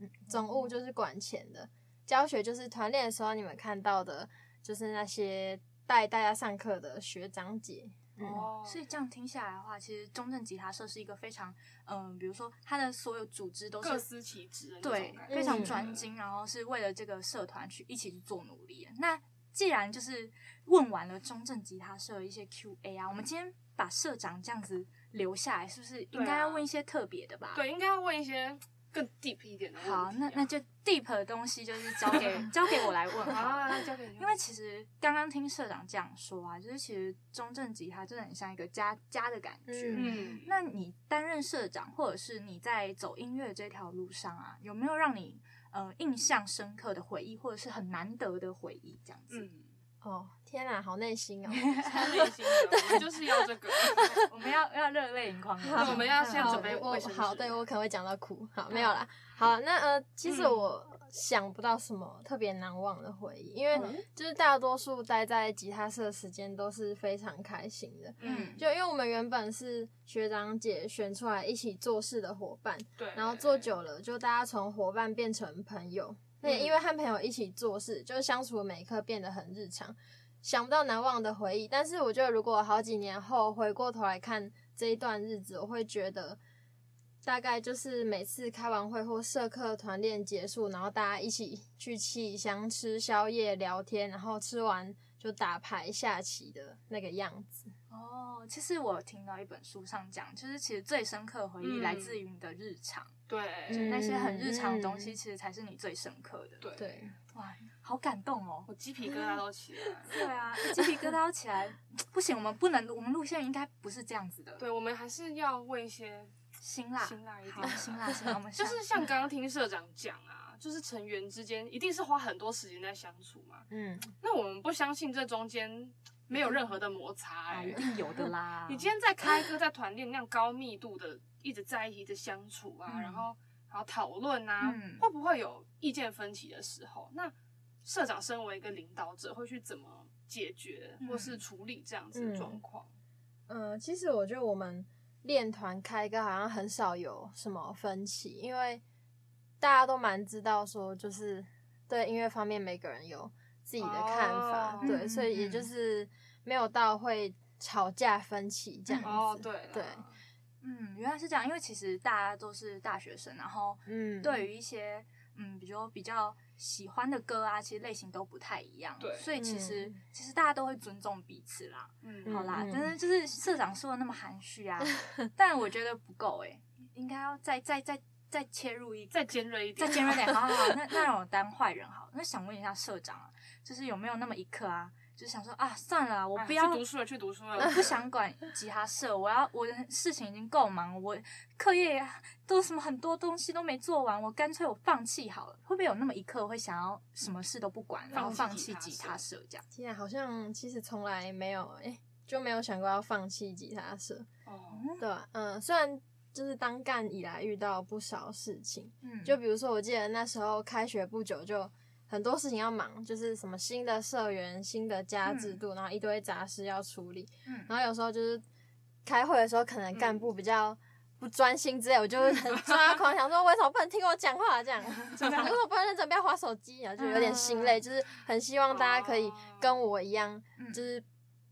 [SPEAKER 3] 嗯，总
[SPEAKER 2] 哦
[SPEAKER 3] 务就是管钱的，教学就是团练的时候你们看到的，就是那些带大家上课的学长姐。嗯，
[SPEAKER 2] 哦，
[SPEAKER 1] 所以这样听下来的话，其实中正吉他社是一个非常，嗯、比如说它的所有组织都
[SPEAKER 2] 各
[SPEAKER 1] 是
[SPEAKER 2] 司其职的那种
[SPEAKER 1] 对
[SPEAKER 2] 感，觉
[SPEAKER 1] 非常
[SPEAKER 3] 嗯
[SPEAKER 1] 专。精，然后是为了这个社团去一起去做努力。那既然就是问完了中正吉他社的一些 Q&A 啊，我们今天把社长这样子留下来，是不是应
[SPEAKER 2] 对
[SPEAKER 1] 该
[SPEAKER 2] 啊
[SPEAKER 1] 要问一些特别的吧？、
[SPEAKER 2] 对，应该要问一些更 deep 一点的问题啊。
[SPEAKER 1] 好，那那就 deep 的东西就是交
[SPEAKER 2] [LAUGHS]
[SPEAKER 1] 给交给我来问好了。
[SPEAKER 2] 啊，那交给你。
[SPEAKER 1] 因为其实刚刚听社长这样说啊，就是其实中正吉他真的很像一个家家的感觉。
[SPEAKER 3] 嗯
[SPEAKER 2] 嗯，
[SPEAKER 1] 那你担任社长，或者是你在走音乐这条路上啊，有没有让你呃印象深刻的回忆，或者是很难得的回忆这样子？ [LAUGHS]
[SPEAKER 2] 嗯，
[SPEAKER 3] 哦，天哪，好
[SPEAKER 2] [LAUGHS]
[SPEAKER 3] 内心哦。
[SPEAKER 2] 超内心
[SPEAKER 1] [LAUGHS]
[SPEAKER 2] 的，我们就是要这个。
[SPEAKER 1] 我们要要热泪盈眶了，嗯
[SPEAKER 2] 那我们要先
[SPEAKER 3] 好
[SPEAKER 2] 准备
[SPEAKER 3] 我
[SPEAKER 2] 卫生
[SPEAKER 3] 好，
[SPEAKER 2] 纸
[SPEAKER 3] 对我可能会讲到哭。好，没有啦。好，那呃，其实
[SPEAKER 2] 嗯
[SPEAKER 3] 我想不到什么特别难忘的回忆，因
[SPEAKER 1] 嗯
[SPEAKER 3] 为就是大多数待在吉他社的时间都是非常开心的。
[SPEAKER 2] 嗯，
[SPEAKER 3] 就因为我们原本是学长姐选出来一起做事的伙伴，
[SPEAKER 2] 对。
[SPEAKER 3] 然后做久了，就大家从伙伴变成朋友。那也因为和朋友一起做事，就是相处的每一刻变得很日常，想不到难忘的回忆。但是我觉得，如果好几年后回过头来看这一段日子，我会觉得，大概就是每次开完会或社课团练结束，然后大家一起去气香吃宵夜、聊天，然后吃完就打牌、下棋的那个样子。
[SPEAKER 1] 哦，其实我听到一本书上讲，就是其实最深刻的回忆
[SPEAKER 2] 嗯
[SPEAKER 1] 来自于你的日常，就
[SPEAKER 2] 对，
[SPEAKER 3] 嗯
[SPEAKER 1] 那些很日常的东西，
[SPEAKER 3] 嗯
[SPEAKER 1] 其实才是你最深刻的。，
[SPEAKER 2] 对，
[SPEAKER 3] 对，
[SPEAKER 1] 哇，好感动哦！
[SPEAKER 2] 我鸡皮疙瘩都起来了。
[SPEAKER 1] 对啊，鸡皮疙瘩起来，不行，我们不能，我们路线应该不是这样子的。，
[SPEAKER 2] 对，我们还是要问一些，
[SPEAKER 1] 辛辣，
[SPEAKER 2] 辛辣一点
[SPEAKER 1] 好，辛辣，辛辣，我们
[SPEAKER 2] 就
[SPEAKER 1] 下
[SPEAKER 2] 是像刚刚听社长讲啊，就是成员之间一定是花很多时间在相处嘛。
[SPEAKER 3] 嗯，
[SPEAKER 2] 那我们不相信这中间没有任何的摩擦、
[SPEAKER 1] 啊，一
[SPEAKER 2] 哎，
[SPEAKER 1] 定有的啦。
[SPEAKER 2] [LAUGHS] 你今天在开歌、在团练那样高密度的一直在一起的相处啊，
[SPEAKER 1] 嗯
[SPEAKER 2] 然后然后讨论啊，
[SPEAKER 1] 嗯
[SPEAKER 2] 会不会有意见分歧的时候？那社长身为一个领导者，会去怎么解决
[SPEAKER 1] 嗯
[SPEAKER 2] 或是处理这样子的状况？
[SPEAKER 3] 嗯，其实我觉得我们练团开歌好像很少有什么分歧，因为大家都蛮知道说，就是对音乐方面每个人有自己的看法，
[SPEAKER 2] 哦
[SPEAKER 3] 对，
[SPEAKER 1] 嗯
[SPEAKER 3] 所以也
[SPEAKER 1] 嗯
[SPEAKER 3] 就是没有到会吵架分歧这样子。
[SPEAKER 2] 哦，对啦
[SPEAKER 3] 对
[SPEAKER 1] 嗯，原来是这样，因为其实大家都是大学生，然后
[SPEAKER 3] 嗯，
[SPEAKER 1] 对于一些嗯，比如说比较喜欢的歌啊，其实类型都不太一样，
[SPEAKER 2] 对
[SPEAKER 1] 所以其实、
[SPEAKER 3] 嗯
[SPEAKER 1] 其实大家都会尊重彼此啦。
[SPEAKER 2] 嗯，
[SPEAKER 1] 好啦，
[SPEAKER 3] 嗯
[SPEAKER 1] 但是就是社长说的那么含蓄
[SPEAKER 2] [LAUGHS]
[SPEAKER 1] 啊，但我觉得不够诶、应该要再再再再切入一
[SPEAKER 2] 再尖锐一
[SPEAKER 1] 再
[SPEAKER 2] 点，
[SPEAKER 1] 尖锐
[SPEAKER 2] [LAUGHS]
[SPEAKER 1] 点。好好好，那那让我当坏人好了。那想问一下社长啊，就是有没有那么一刻啊，就是想说啊，算了啊，我
[SPEAKER 2] 哎
[SPEAKER 1] 不要、
[SPEAKER 2] 去读书了，去读书了，
[SPEAKER 1] 我不想管吉他社，我要我的事情已经够忙，我课业也都什么很多东西都没做完，我干脆我放弃好了。会不会有那么一刻会想要什么事都不管，然后
[SPEAKER 2] 放
[SPEAKER 1] 放
[SPEAKER 2] 弃
[SPEAKER 1] 弃
[SPEAKER 2] 吉他
[SPEAKER 1] 吉
[SPEAKER 2] 社
[SPEAKER 1] 他社这样？
[SPEAKER 3] 天啊，好像其实从来没有哎、就没有想过要放弃吉他社，
[SPEAKER 2] 哦，
[SPEAKER 1] 嗯
[SPEAKER 3] 对吧、嗯，虽然就是当干以来遇到不少事情。
[SPEAKER 1] 嗯，
[SPEAKER 3] 就比如说，我记得那时候开学不久，就很多事情要忙，就是什么新的社员、新的家制度，然后一堆杂事要处理。
[SPEAKER 1] 嗯
[SPEAKER 3] 然后有时候就是开会的时候，可能干部比较不专心之类，我就会很抓
[SPEAKER 1] [LAUGHS]
[SPEAKER 3] 狂，想说为什么不能听我讲话这样？
[SPEAKER 1] 真的
[SPEAKER 3] 为什么不能认真不要划手机？啊然后就有点心累，就是很希望大家可以跟我一样，
[SPEAKER 1] 哦嗯
[SPEAKER 3] 就是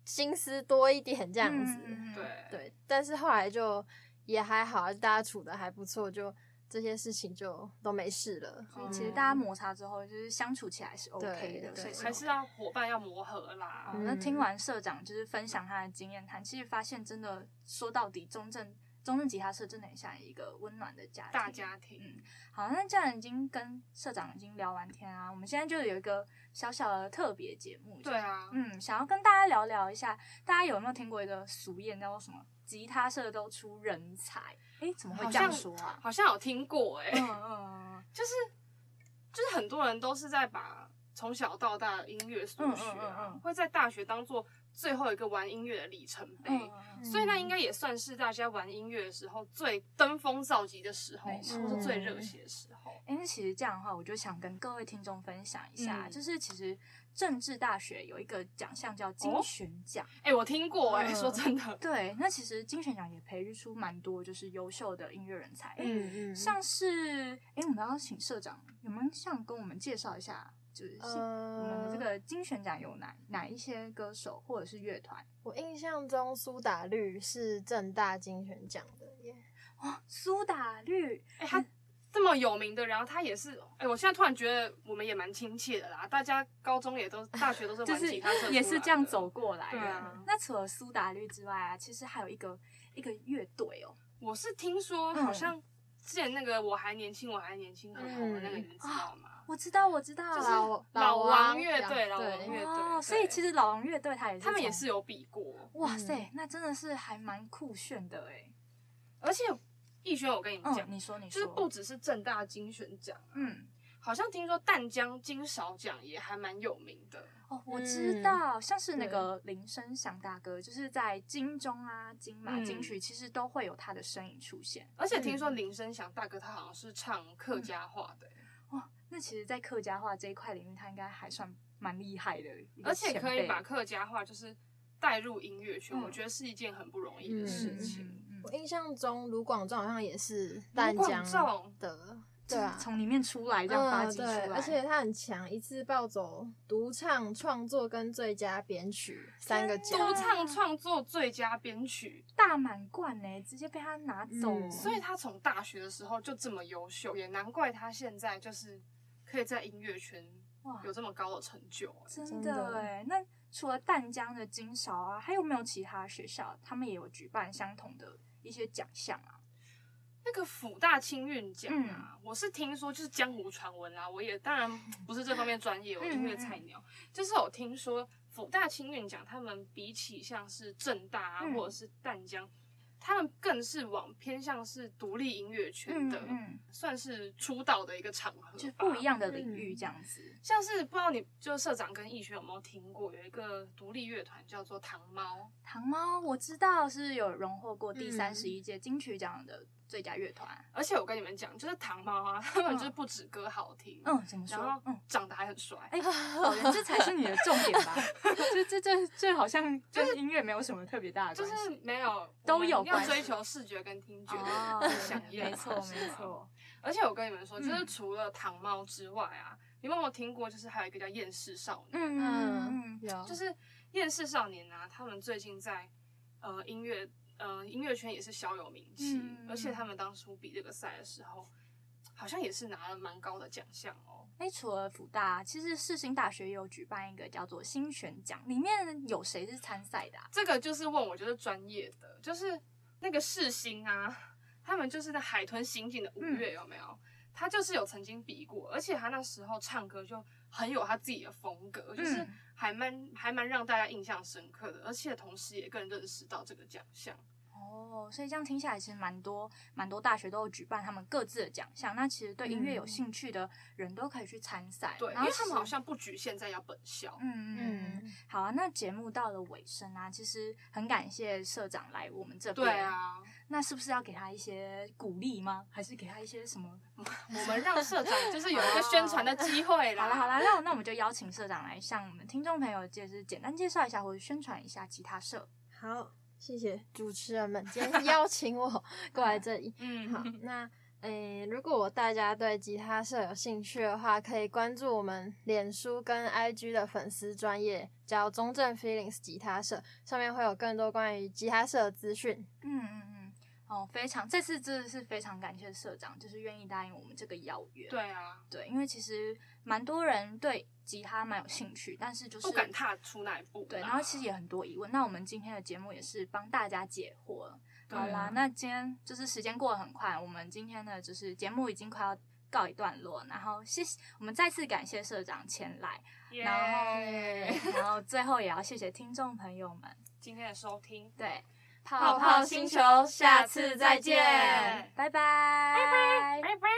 [SPEAKER 3] 心思多一点
[SPEAKER 1] 这
[SPEAKER 3] 这样子。
[SPEAKER 1] 嗯
[SPEAKER 2] 对
[SPEAKER 3] 对，但是后来就也还好啊，大家处的还不错，就这些事情就都没事了。
[SPEAKER 1] 所以
[SPEAKER 2] 嗯
[SPEAKER 1] 其实大家摩擦之后，就是相处起来是 OK 的，
[SPEAKER 3] 对
[SPEAKER 1] 所以
[SPEAKER 2] 还是要伙伴要磨合啦
[SPEAKER 1] 好。
[SPEAKER 3] 嗯
[SPEAKER 1] 那听完社长就是分享他的经验谈，其实发现真的说到底，中正中正吉他社真的很像一个温暖的家庭。
[SPEAKER 2] 大家庭，
[SPEAKER 1] 嗯，好，那既然已经跟社长已经聊完天啊，我们现在就有一个小小的特别节目，
[SPEAKER 2] 对，啊，
[SPEAKER 1] 嗯，想要跟大家聊聊一下，大家有没有听过一个俗谚叫做什么“吉他社都出人才”？诶，怎么会
[SPEAKER 2] 好
[SPEAKER 1] 这样
[SPEAKER 2] 像
[SPEAKER 1] 说
[SPEAKER 2] [LAUGHS]
[SPEAKER 1] 啊？
[SPEAKER 2] 好像有听过哎，
[SPEAKER 1] 嗯嗯嗯
[SPEAKER 2] 就是就是很多人都是在把从小到大的音乐所学
[SPEAKER 1] 嗯嗯嗯
[SPEAKER 2] 啊
[SPEAKER 1] 嗯，
[SPEAKER 2] 会在大学当做最后一个玩音乐的里程
[SPEAKER 1] 嗯嗯
[SPEAKER 2] 碑。
[SPEAKER 1] 嗯
[SPEAKER 2] 所以那应该也算是大家玩音乐的时候最登峰造极的时候嘛，
[SPEAKER 1] 没错
[SPEAKER 2] 就最热血的时候。
[SPEAKER 1] 因为其实这样的话，我就想跟各位听众分享一下，
[SPEAKER 2] 嗯
[SPEAKER 1] 就是其实政治大学有一个奖项叫金
[SPEAKER 2] 哦
[SPEAKER 1] 选奖，
[SPEAKER 2] 哎，我听过哎，
[SPEAKER 3] 嗯
[SPEAKER 2] 说
[SPEAKER 1] [LAUGHS]
[SPEAKER 2] 真的，
[SPEAKER 1] 对，那其实金选奖也培育出蛮多就是优秀的音乐人才，
[SPEAKER 3] 嗯嗯，
[SPEAKER 1] 像是哎，我们要请社长，有没有想跟我们介绍一下，就是我们
[SPEAKER 3] 呃
[SPEAKER 1] 这，个金选奖有哪哪一些歌手或者是乐团？
[SPEAKER 3] 我印象中苏打绿是正大金选奖的耶。
[SPEAKER 1] 哇，哦苏打绿，
[SPEAKER 2] 哎，他这么有名的，然后他也是，哎，我现在突然觉得我们也蛮亲切的啦。大家高中也都，大学都是
[SPEAKER 1] 就
[SPEAKER 2] 玩
[SPEAKER 1] 是
[SPEAKER 2] 吉他社出来的
[SPEAKER 1] 也是这样走。过来
[SPEAKER 2] 对
[SPEAKER 1] 的。
[SPEAKER 2] 啊
[SPEAKER 1] 那除了苏打绿之外啊，其实还有一个一个乐队哦，
[SPEAKER 2] 我是听说
[SPEAKER 1] 嗯
[SPEAKER 2] 好像之前那个我还年轻，我还年轻很红的那个，
[SPEAKER 3] 嗯
[SPEAKER 2] 你们知道吗？
[SPEAKER 1] 我知道，我知道，
[SPEAKER 3] 老
[SPEAKER 2] 老王
[SPEAKER 3] 王
[SPEAKER 2] 乐队老王乐
[SPEAKER 3] 对，
[SPEAKER 2] 队
[SPEAKER 1] 哦，
[SPEAKER 2] 对
[SPEAKER 1] 所以其实老王乐队他也是，
[SPEAKER 2] 他们也是，嗯有比过，
[SPEAKER 1] 哇塞，那真的是还蛮酷炫的哎。
[SPEAKER 2] 而且逸轩，我跟你
[SPEAKER 1] 嗯，
[SPEAKER 2] 讲，
[SPEAKER 1] 你说，你
[SPEAKER 2] 就是
[SPEAKER 1] 说，
[SPEAKER 2] 不只是正大精选奖啊，
[SPEAKER 1] 嗯
[SPEAKER 2] 好像听说淡江金勺奖也还蛮有名的。
[SPEAKER 1] 哦，我
[SPEAKER 2] 嗯
[SPEAKER 1] 知道，像是那个林声祥大哥，就是在金钟啊、金马、
[SPEAKER 2] 嗯
[SPEAKER 1] 金曲，其实都会有他的身影出现。
[SPEAKER 2] 而且听说林声祥大哥他好像是唱客家话的、
[SPEAKER 1] 哇、那其实，在客家话这一块领域，他应该还算蛮厉害的嗯一个
[SPEAKER 2] 而且
[SPEAKER 1] 前辈，
[SPEAKER 2] 可以把客家话就是带入音乐圈，
[SPEAKER 1] 嗯
[SPEAKER 2] 我觉得是一件很不容易的
[SPEAKER 3] 嗯
[SPEAKER 2] 事情。
[SPEAKER 1] 嗯嗯
[SPEAKER 3] 我印象中卢广仲好像也是淡
[SPEAKER 2] 卢
[SPEAKER 3] 江
[SPEAKER 2] 广仲
[SPEAKER 3] 的，对
[SPEAKER 1] 就是
[SPEAKER 3] 啊，
[SPEAKER 1] 从里面出来，这样发
[SPEAKER 3] 嗯
[SPEAKER 1] 迹出来，
[SPEAKER 3] 对，而且他很强，一次抱走独唱、创作跟最佳编曲三个
[SPEAKER 1] 天
[SPEAKER 3] 奖
[SPEAKER 1] 哪。
[SPEAKER 2] 独唱创作最佳编曲，
[SPEAKER 1] 大满贯呢、直接被他拿走。
[SPEAKER 3] 嗯
[SPEAKER 2] 所以他从大学的时候就这么优秀，也难怪他现在就是可以在音乐圈
[SPEAKER 1] 哇，
[SPEAKER 2] 有这么高的成就。啊
[SPEAKER 1] 真
[SPEAKER 3] 真
[SPEAKER 1] 的
[SPEAKER 3] 的
[SPEAKER 1] 哎、那除了淡江的金勺啊，还有没有其他学校他们也有举办相同的一些奖项啊？
[SPEAKER 2] 那个辅大青运奖啊，
[SPEAKER 1] 嗯
[SPEAKER 2] 我是听说就是江湖传闻啦、我也当然不是这方面专业，我
[SPEAKER 1] 嗯
[SPEAKER 2] 音乐菜鸟，就是有听说辅大青运奖，他们比起像是正大啊、
[SPEAKER 1] 嗯
[SPEAKER 2] 或者是淡江，他们更是往偏向是独立音乐圈的，
[SPEAKER 1] 嗯，
[SPEAKER 2] 算是出道的一个场合吧，
[SPEAKER 1] 就是不一样的领域这样子。
[SPEAKER 2] 像是不知道你就社长跟逸轩有没有听过，有一个独立乐团叫做糖猫，
[SPEAKER 1] 糖猫我知道是有荣获过第
[SPEAKER 3] 嗯
[SPEAKER 1] 三十一届金曲奖的最佳乐团。
[SPEAKER 2] 而且我跟你们讲，就是糖猫啊，他们就是不止歌好听，
[SPEAKER 1] 嗯，怎么
[SPEAKER 2] 然后
[SPEAKER 1] 说？嗯，
[SPEAKER 2] 长得还很帅，
[SPEAKER 1] 哎、老人这才是你的重点吧？ [LAUGHS] 这这这这好像跟音乐没有什么特别大的
[SPEAKER 2] 就
[SPEAKER 1] 关系。
[SPEAKER 2] 是没有
[SPEAKER 1] 都有
[SPEAKER 2] 我们要
[SPEAKER 1] 关系
[SPEAKER 2] 追求视觉跟听觉
[SPEAKER 1] 哦
[SPEAKER 2] 的响艳，
[SPEAKER 1] 没错 [LAUGHS] 没。错，
[SPEAKER 2] 而且我跟你们说，就是
[SPEAKER 1] 嗯
[SPEAKER 2] 除了糖猫之外啊，你们有没有听过？就是还有一个叫厌世少年，
[SPEAKER 1] 嗯嗯
[SPEAKER 3] 嗯
[SPEAKER 1] 嗯，，
[SPEAKER 3] 有，
[SPEAKER 2] 就是厌世少年啊，他们最近在呃音乐呃音乐圈也是小有名气，
[SPEAKER 1] 嗯
[SPEAKER 2] 而且他们当初比这个赛的时候，好像也是拿了蛮高的奖项哦。
[SPEAKER 1] 哎，除了福大，其实世新大学也有举办一个叫做新选奖，里面有谁是参赛的、啊？
[SPEAKER 2] 这个就是问我就是专业的，就是那个世新啊，他们就是在海豚刑警的
[SPEAKER 1] 嗯
[SPEAKER 2] 五月有没有？他就是有曾经比过，而且他那时候唱歌就很有他自己的风格，就是
[SPEAKER 1] 嗯
[SPEAKER 2] 还蛮还蛮让大家印象深刻的，而且同时也更认识到这个奖项。
[SPEAKER 1] 哦，所以这样听下来，其实蛮多蛮多大学都有举办他们各自的奖项。那其实对音乐有
[SPEAKER 3] 嗯
[SPEAKER 1] 兴趣的人都可以去参赛。
[SPEAKER 2] 对，因
[SPEAKER 1] 然后
[SPEAKER 2] 为
[SPEAKER 1] 其
[SPEAKER 2] 他们
[SPEAKER 1] 实
[SPEAKER 2] 好像不局限在要本校。
[SPEAKER 1] 嗯嗯嗯，
[SPEAKER 3] 嗯，
[SPEAKER 1] 好啊。那节目到了尾声啊，其实很感谢社长来我们这边。
[SPEAKER 2] 对，啊，
[SPEAKER 1] 那是不是要给他一些鼓励吗？还是给他一些什么？
[SPEAKER 2] 我们让社长就是有一个宣传的机会啦。
[SPEAKER 1] 哦好了好了，，那我那我们就邀请社长来向我们听众朋友就是简单介绍一下或者宣传一下吉他社。
[SPEAKER 3] 好，谢谢主持人们今天邀请 [LAUGHS] 我过来这里。
[SPEAKER 2] 嗯，
[SPEAKER 3] 好，那诶、如果大家对吉他社有兴趣的话，可以关注我们脸书跟 IG 的粉丝专业，叫中正 Feelings 吉他社，上面会有更多关于吉他社的资讯。
[SPEAKER 1] 嗯嗯嗯，哦，非常，这次真的是非常感谢社长，就是愿意答应我们这个邀约。
[SPEAKER 2] 对啊，
[SPEAKER 1] 对，因为其实蛮多人对吉他蛮有兴趣，但是就是
[SPEAKER 2] 不敢踏啊出那一步啦。
[SPEAKER 1] 对，然后其实也很多疑问。那我们今天的节目也是帮大家解惑。
[SPEAKER 2] 对啊
[SPEAKER 1] 好啦，那今天就是时间过得很快，我们今天的就是节目已经快要告一段落，然后谢谢我们再次感谢社长前来，
[SPEAKER 2] 耶， [LAUGHS]
[SPEAKER 1] 然后然后最后也要谢谢听众朋友们，
[SPEAKER 2] 今天的收听，
[SPEAKER 1] 对，
[SPEAKER 2] 泡泡星球下次再见
[SPEAKER 1] 拜拜，拜拜
[SPEAKER 2] 拜拜。